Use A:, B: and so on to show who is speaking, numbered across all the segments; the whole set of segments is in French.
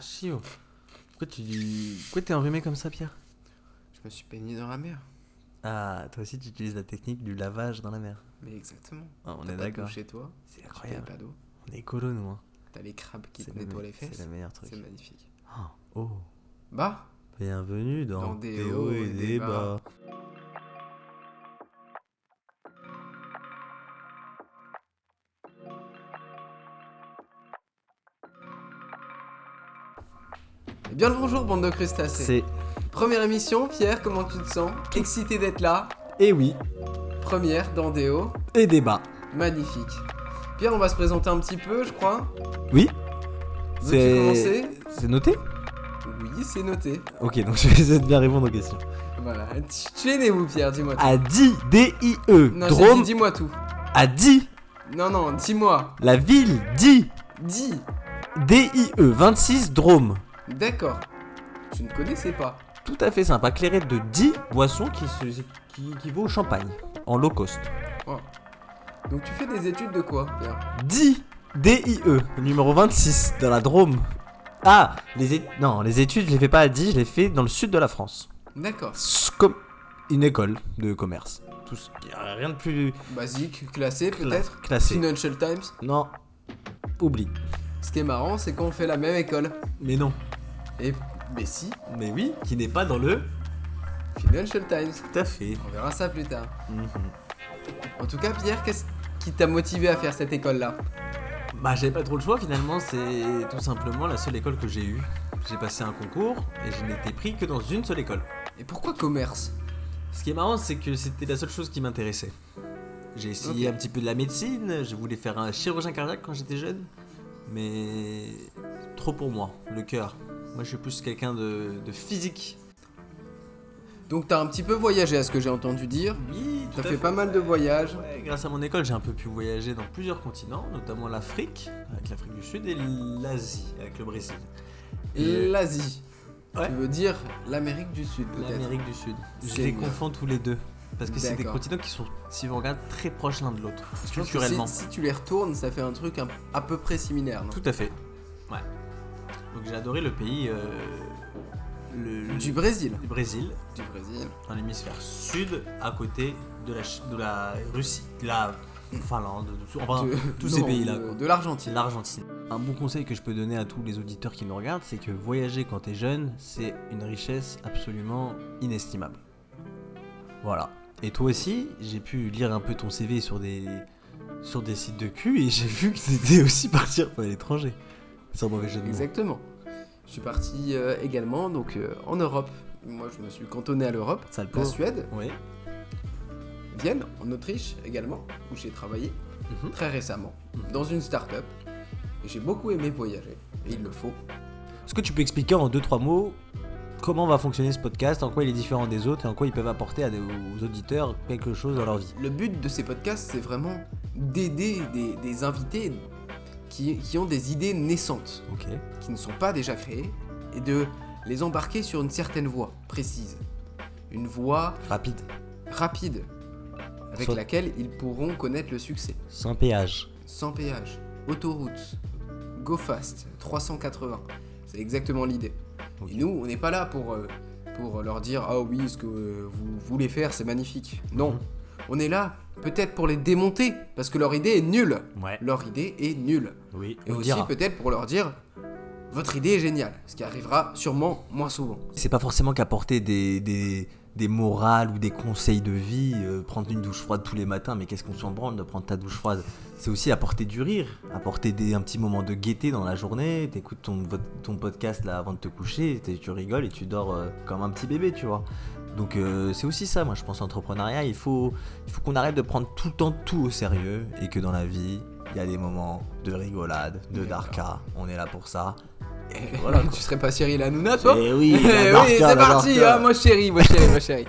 A: souci. oh. Pourquoi tu dis. Pourquoi t'es enrhumé comme ça, Pierre
B: Je me suis baigné dans la mer.
A: Ah, toi aussi, tu utilises la technique du lavage dans la mer.
B: Mais exactement.
A: Ah, on
B: T'as
A: est
B: pas de douche
A: d'accord.
B: Chez toi,
A: C'est
B: tu payes
A: incroyable.
B: pas d'eau.
A: On est écolo, nous. Hein.
B: T'as les crabes qui te
A: C'est le
B: nettoient
A: me-
B: les
A: C'est
B: fesses.
A: le meilleur
B: C'est
A: truc.
B: magnifique.
A: Oh, oh.
B: Bah,
A: Bienvenue dans,
B: Dans des hauts et des bas. eh bien le bonjour bande de crustacés.
A: C'est.
B: Première émission, Pierre, comment tu te sens Excité d'être là.
A: Et eh oui,
B: Première dans Déo.
A: et des bas.
B: Magnifique. Pierre, on va se présenter un petit peu, je crois.
A: Oui
B: Veux-tu
A: C'est.
B: commencer
A: C'est noté
B: Oui, c'est noté.
A: Ok, donc je vais essayer de bien répondre aux questions.
B: Voilà. Tu, tu es né où, Pierre Dis-moi tout.
A: À 10 D-I-E,
B: non, j'ai
A: E, Ah, Drôme,
B: dit, dis-moi tout.
A: à 10,
B: Non, non, dis-moi.
A: la ville 10
B: Dis.
A: D-I-E, 26 E, Drôme.
B: D'accord. Je ne connaissais pas.
A: Tout à fait sympa, clairette de 10 boissons qui, se, qui, qui vaut au champagne, en low cost.
B: Oh. Donc tu fais des études de quoi, Pierre
A: 10 D-I-E, E, numéro 26, dans la Drôme. Ah, les, é- non, les études, je les fais pas à 10, je les fais dans le sud de la France.
B: D'accord.
A: S- Comme une école de commerce. Tout ce- y a rien de plus
B: Basique, classé
A: cla-
B: peut-être
A: classé.
B: Financial Times.
A: Non, oublie.
B: Ce qui est marrant, c'est qu'on fait la même école.
A: Mais non.
B: Et mais si,
A: Mais oui, qui n'est pas dans le...
B: Financial Times.
A: Tout à fait.
B: On verra ça plus tard.
A: Mhm.
B: En tout cas, Pierre, qu'est-ce qui t'a motivé à faire cette école-là
A: Bah j'avais pas trop le choix finalement, c'est tout simplement la seule école que j'ai eue. J'ai passé un concours et je n'étais pris que dans une seule école.
B: Et pourquoi commerce
A: Ce qui est marrant c'est que c'était la seule chose qui m'intéressait. J'ai essayé
B: Ok.
A: un petit peu de la médecine, je voulais faire un chirurgien cardiaque quand j'étais jeune, mais trop pour moi, le cœur. Moi je suis plus quelqu'un de, de physique.
B: Donc t'as un petit peu voyagé à ce que j'ai entendu dire.
A: Oui,
B: T'as fait pas mal de voyages.
A: Ouais, grâce à mon école, j'ai un peu pu voyager dans plusieurs continents, notamment l'Afrique, avec l'Afrique du Sud et l'Asie, avec le Brésil. Et-
B: L'Asie.
A: Euh, Ouais.
B: Tu veux dire l'Amérique du Sud peut-être
A: L'Amérique du Sud. Je
B: C'est
A: les
B: mieux.
A: confonds tous les deux. Parce que c'est des
B: D'accord.
A: continents qui sont, si on regarde, très proches l'un de l'autre,
B: Je pense que
A: culturellement.
B: Si, si tu les retournes, ça fait un truc un- à peu près similaire. non
A: Tout à fait. Ouais. Donc j'ai adoré le pays. euh, le,
B: Du Brésil.
A: du Brésil,
B: Du Brésil.
A: dans l'hémisphère sud, à côté de la, Ch- de la Russie, de la Finlande, de- enfin,
B: De-
A: tous
B: non,
A: ces pays-là.
B: de-
A: quoi.
B: De
A: C'est
B: l'Argentine.
A: l'Argentine. Un bon conseil que je peux donner à tous les auditeurs qui nous regardent, c'est que voyager quand t'es jeune, c'est une richesse absolument inestimable. Voilà. Et toi aussi, j'ai pu lire un peu ton CV sur des sur des sites de cul et j'ai vu que t'étais aussi partir pour l'étranger. Sans mauvais jeu de mots.
B: Exactement. Je suis parti euh, également donc euh, en Europe. Moi, je me suis cantonné à l'Europe.
A: Sale
B: La
A: pauvre.
B: Suède,
A: Oui.
B: Vienne, en Autriche également, où j'ai travaillé
A: Mhm.
B: très récemment
A: Mhm.
B: dans une start-up. Et J'ai beaucoup aimé voyager, et il le faut.
A: Est-ce que tu peux expliquer en deux trois mots comment va fonctionner ce podcast, en quoi il est différent des autres et en quoi ils peuvent apporter à des- aux auditeurs quelque chose dans leur vie
B: Le but de ces podcasts, c'est vraiment d'aider des, des invités qui, qui ont des idées naissantes,
A: Ok.
B: qui ne sont pas déjà créées, et de les embarquer sur une certaine voie précise. Une voie
A: Rapide.
B: rapide, avec
A: Soit-
B: laquelle ils pourront connaître le succès.
A: Sans péage.
B: Sans péage, autoroute, go fast, 380. C'est exactement l'idée.
A: Ok.
B: Et nous, on n'est pas là pour, euh, pour leur dire Ah oui, ce que euh, vous voulez faire, c'est magnifique. Non.
A: Mhm.
B: On est là peut-être pour les démonter, parce que leur idée est nulle.
A: Ouais.
B: Leur idée est nulle.
A: Oui,
B: Et aussi peut-être pour leur dire Votre idée est géniale, ce qui arrivera sûrement moins souvent.
A: C'est pas forcément qu'apporter des, des, des morales ou des conseils de vie, euh, prendre une douche froide tous les matins, mais qu'est-ce qu'on s'en branle de prendre ta douche froide C'est aussi apporter du rire, apporter des, un petit moment de gaieté dans la journée, t'écoutes ton, vo- ton podcast là avant de te coucher, t'es- tu rigoles et tu dors euh, comme un petit bébé, tu vois. Donc euh, c'est aussi ça, moi je pense entrepreneuriat, il faut, il faut qu'on arrête de prendre tout le temps tout au sérieux et que dans la vie, il y a des moments de rigolade, de
B: D'accord.
A: darka, on est là pour ça.
B: Et
A: voilà.
B: tu serais pas Cyril Hanouna, toi
A: Eh oui,
B: Eh
A: la
B: oui,
A: darka,
B: c'est
A: la
B: parti,
A: darka.
B: hein, moi chérie, moi chérie, moi chérie.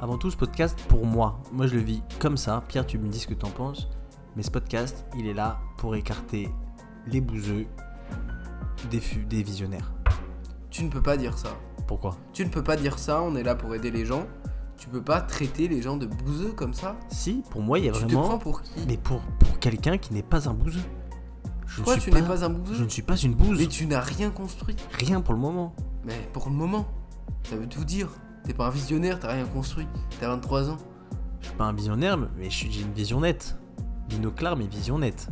A: Avant tout, ce podcast, pour moi, moi je le vis comme ça. Pierre, tu me dis ce que t'en penses. Mais ce podcast, il est là pour écarter les bouseux des, fu- des visionnaires.
B: Tu ne peux pas dire ça.
A: Pourquoi
B: Tu ne peux pas dire ça, on est là pour aider les gens. Tu peux pas traiter les gens de bouseux comme ça.
A: Si, pour moi, il y a
B: Tu te prends
A: vraiment.
B: pour qui
A: Mais pour, pour quelqu'un qui n'est pas un bouseux. Je ne
B: Pourquoi
A: suis
B: tu
A: pas-
B: n'es pas un bouseux
A: Je ne suis pas une bouse.
B: Mais tu n'as rien construit.
A: Rien pour le moment.
B: Mais pour le moment, ça veut tout dire. T'es pas un visionnaire, t'as rien construit. T'as 23 ans.
A: Je suis pas un visionnaire, mais je suis- j'ai une vision nette. Binoclard, mais vision nette.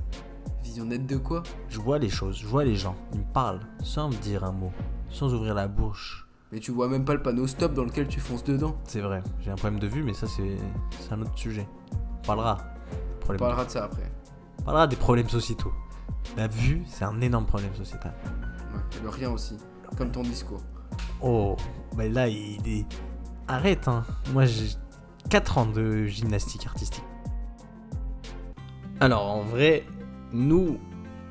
B: Vision nette de quoi
A: Je vois les choses, je vois les gens. Ils me parlent sans me dire un mot, sans ouvrir la bouche.
B: Mais tu vois même pas le panneau stop dans lequel tu fonces dedans.
A: C'est vrai, j'ai un problème de vue, mais ça, c'est c'est un autre sujet. On parlera. des
B: On
A: problèmes-
B: parlera de ça après.
A: on parlera des problèmes sociétaux. La vue, c'est un énorme problème sociétal.
B: Ouais, le rien aussi. Comme ton discours.
A: Oh, mais là, il est. Arrête, hein. Moi, j'ai 4 ans de gymnastique artistique. Alors, en vrai, nous,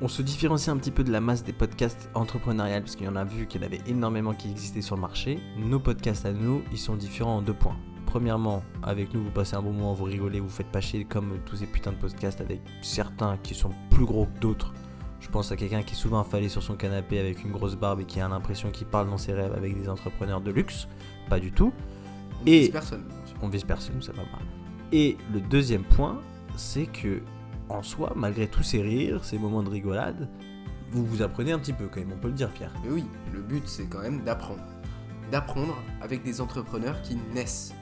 A: on se différencie un petit peu de la masse des podcasts entrepreneuriales, parce qu'il y en a vu qu'il y en avait énormément qui existaient sur le marché. Nos podcasts à nous, ils sont différents en deux points. Premièrement, avec nous, vous passez un bon moment, vous rigolez, vous faites pas chier comme tous ces putains de podcasts avec certains qui sont plus gros que d'autres. Je pense à quelqu'un qui est souvent affalé sur son canapé avec une grosse barbe et qui a l'impression qu'il parle dans ses rêves avec des entrepreneurs de luxe. Pas du tout.
B: On
A: Et-
B: vise personne. bien sûr.
A: On vise personne, ça va pas. Et le deuxième point, c'est que, en soi, malgré tous ces rires, ces moments de rigolade, vous vous apprenez un petit peu quand même, on peut le dire, Pierre.
B: Mais oui, le but c'est quand même d'apprendre. D'apprendre avec des entrepreneurs qui naissent.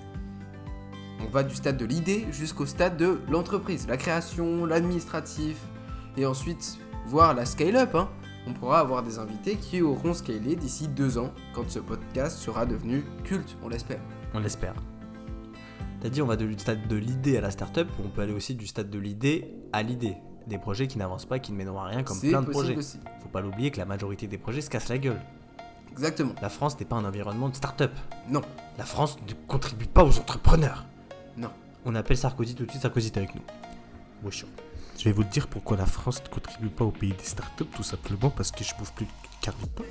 B: On va du stade de l'idée jusqu'au stade de l'entreprise, la création, l'administratif, et ensuite voir la scale-up. hein. On pourra avoir des invités qui auront scalé d'ici deux ans, quand ce podcast sera devenu culte, on l'espère.
A: On l'espère. T'as dit, on va du stade de l'idée à la startup, on peut aller aussi du stade de l'idée à l'idée. Des projets qui n'avancent pas, qui ne mèneront à rien, comme
B: C'est
A: plein de
B: possible
A: projets.
B: aussi.
A: Faut pas l'oublier que la majorité des projets se cassent la gueule.
B: Exactement.
A: La France n'est pas un environnement de start-up.
B: Non,
A: La France ne contribue pas aux entrepreneurs.
B: Non.
A: On appelle Sarkozy tout de suite, Sarkozy est avec nous. Wesh.
C: Je vais vous dire pourquoi la France ne contribue pas au pays des startups, tout simplement parce que je bouffe plus de Carlota.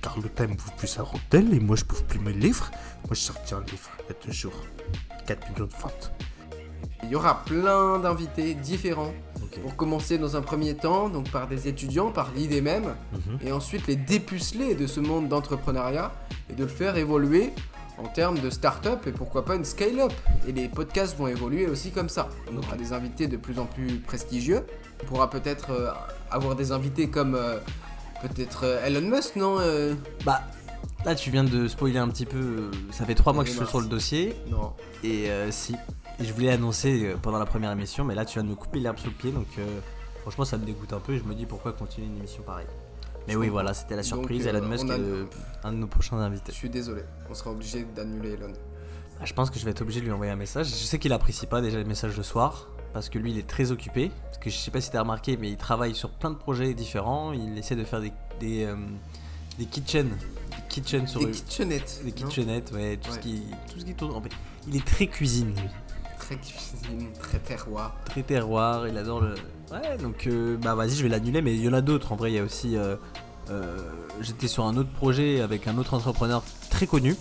C: Carlota elle me bouffe plus sa rentelle et moi je bouffe plus mes livres. Moi j'ai sorti un livre il y a deux jours. 4 millions de ventes.
B: il y aura plein d'invités différents.
A: Ok.
B: Pour commencer dans un premier temps, donc par des étudiants, par l'idée même,
A: Mhm.
B: et ensuite les dépuceler de ce monde d'entrepreneuriat et de le faire évoluer en termes de start-up et pourquoi pas une scale-up. Et les podcasts vont évoluer aussi comme ça. On aura des invités de plus en plus prestigieux. On pourra peut-être euh, avoir des invités comme euh, peut-être euh, Elon Musk, non euh,
A: Bah, là tu viens de spoiler un petit peu. euh, Ça fait trois mois que je suis
B: Mince.
A: sur le dossier
B: Non.
A: et euh, si. Et je voulais annoncer euh, pendant la première émission, mais là tu viens de me couper l'herbe sous le pied donc euh, franchement ça me dégoûte un peu et je me dis pourquoi continuer une émission pareille. Mais oui, voilà, c'était la
B: Donc,
A: surprise.
B: euh,
A: Elon Musk
B: on a-
A: est le- un de nos prochains
B: Je
A: invités.
B: suis désolé, on sera obligé d'annuler Elon.
A: Ah, Je pense que je vais être obligé de lui envoyer un message. Je sais qu'il apprécie pas déjà les messages le soir, parce que lui il est très occupé. Parce que je sais pas si t'as remarqué, mais il travaille sur plein de projets différents. Il essaie de faire des, des, euh, des kitchens. Des kitchens sur
B: Des kitchenettes.
A: Des
B: non
A: kitchenettes, ouais, tout, Ce
B: Ouais.
A: qui, tout ce qui tourne. En fait, il est très cuisine, lui.
B: Très cuisine, très terroir.
A: Très terroir, il adore le. Ouais, donc euh, bah vas-y, je vais l'annuler, mais il y en a d'autres. En vrai, il y a aussi. euh, euh, J'étais sur un autre projet avec un autre entrepreneur très connu,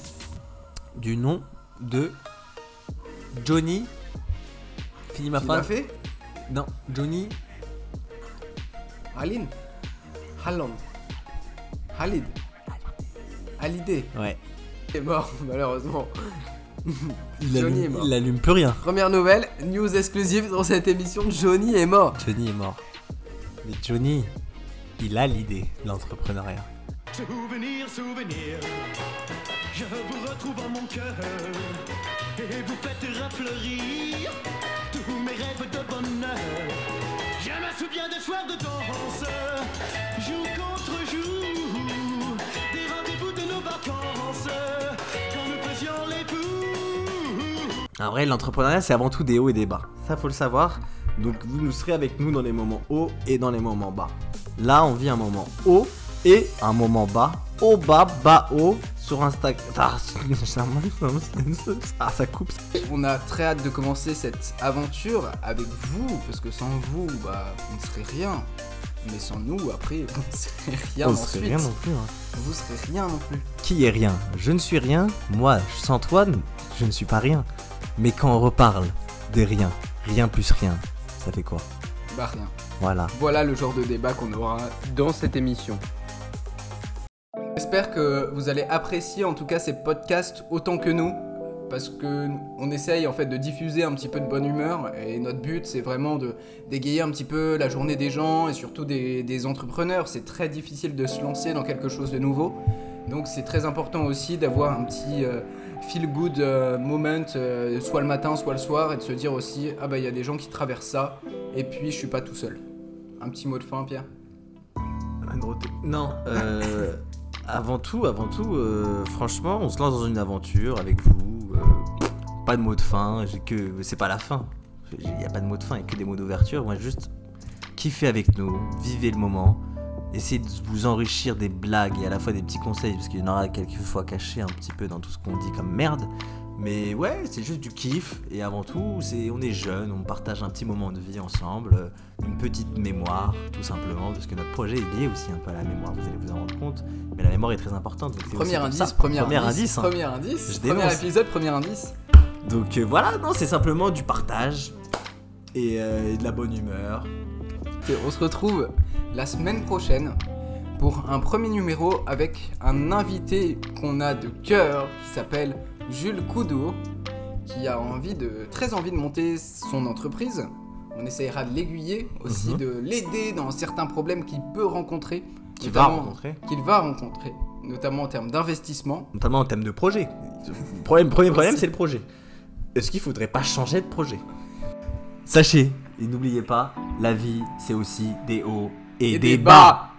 A: du nom de Johnny. Fini ma
B: Qui l'a
A: phrase
B: fait
A: Non, Johnny.
B: Aline Halland Halid Halidé
A: Ouais.
B: est mort malheureusement.
A: Il
B: Johnny est
A: allume,
B: mort.
A: il allume plus rien.
B: Première nouvelle, news exclusive dans cette émission, Johnny est mort.
A: Johnny est mort. Mais Johnny, il a l'idée de l'entrepreneuriat.
D: Souvenir, souvenir, je vous retrouve en mon cœur et vous faites rafleurir tous mes rêves de bonheur. Je me souviens des soirs de danse, jour contre jour, des rendez-vous de nos vacances quand nous faisions les fous.
A: En vrai, l'entrepreneuriat, c'est avant tout des hauts et des bas. Ça, faut le savoir. Donc, vous nous serez avec nous dans les moments hauts et dans les moments bas. Là, on vit un moment haut et un moment bas. Haut, bas, bas, haut sur Instagram. Ah, ça me- ah, ça coupe.
B: On a très hâte de commencer cette aventure avec vous, parce que sans vous, bah, on ne serait rien. Mais sans nous, après, on ne serait rien
A: On
B: ensuite.
A: serait rien non plus. hein.
B: Vous serez rien non plus.
A: Qui est rien Je ne suis rien. Moi, sans toi, je ne suis pas rien. Mais quand on reparle des rien, rien plus rien, ça fait quoi
B: Bah rien.
A: Voilà.
B: Voilà le genre de débat qu'on aura dans cette émission. J'espère que vous allez apprécier en tout cas ces podcasts autant que nous. parce que on essaye en fait de diffuser un petit peu de bonne humeur et notre but c'est vraiment de dégayer un petit peu la journée des gens et surtout des, des entrepreneurs. C'est très difficile de se lancer dans quelque chose de nouveau, donc c'est très important aussi d'avoir un petit euh, feel good euh, moment, euh, soit le matin, soit le soir, et de se dire aussi ah bah il y a des gens qui traversent ça et puis je suis pas tout seul. Un petit mot de fin, Pierre.
A: Non, euh, avant tout, avant tout, euh, franchement, on se lance dans une aventure avec vous. euh, pas de mot de fin, j'ai que c'est pas la fin. Il n'y a pas de mot de fin, il n'y a que des mots d'ouverture. Moi, juste kiffez avec nous, vivez le moment, essayez de vous enrichir des blagues et à la fois des petits conseils, parce qu'il y en aura quelques fois cachés un petit peu dans tout ce qu'on dit comme merde. Mais ouais, c'est juste du kiff et avant tout, c'est on est jeunes, on partage un petit moment de vie ensemble. euh, une petite mémoire, tout simplement, parce que notre projet est lié aussi un peu à la mémoire, vous allez vous en rendre compte. Mais la mémoire est très importante. donc c'est
B: Premier
A: aussi pour
B: indice,
A: ça.
B: premier,
A: Premier
B: indice,
A: indice, hein.
B: premier indice,
A: Je
B: premier
A: dénonce.
B: épisode, premier indice.
A: Donc euh, voilà, non, c'est simplement du partage et, euh, et de la bonne humeur.
B: Et On se retrouve la semaine prochaine pour un premier numéro avec un invité qu'on a de cœur qui s'appelle Jules Coudour, qui a envie de, très envie de monter son entreprise. On essayera de l'aiguiller, aussi
A: Mhm.
B: de l'aider dans certains problèmes qu'il peut rencontrer,
A: Qui va
B: notamment-
A: rencontrer
B: qu'il va rencontrer, notamment en termes d'investissement.
A: Notamment en thème de projet. Le problème, premier problème, c'est le projet. Est-ce qu'il faudrait pas changer de projet Sachez et n'oubliez pas, la vie, c'est aussi des hauts et,
B: Et
A: des,
B: des
A: bas.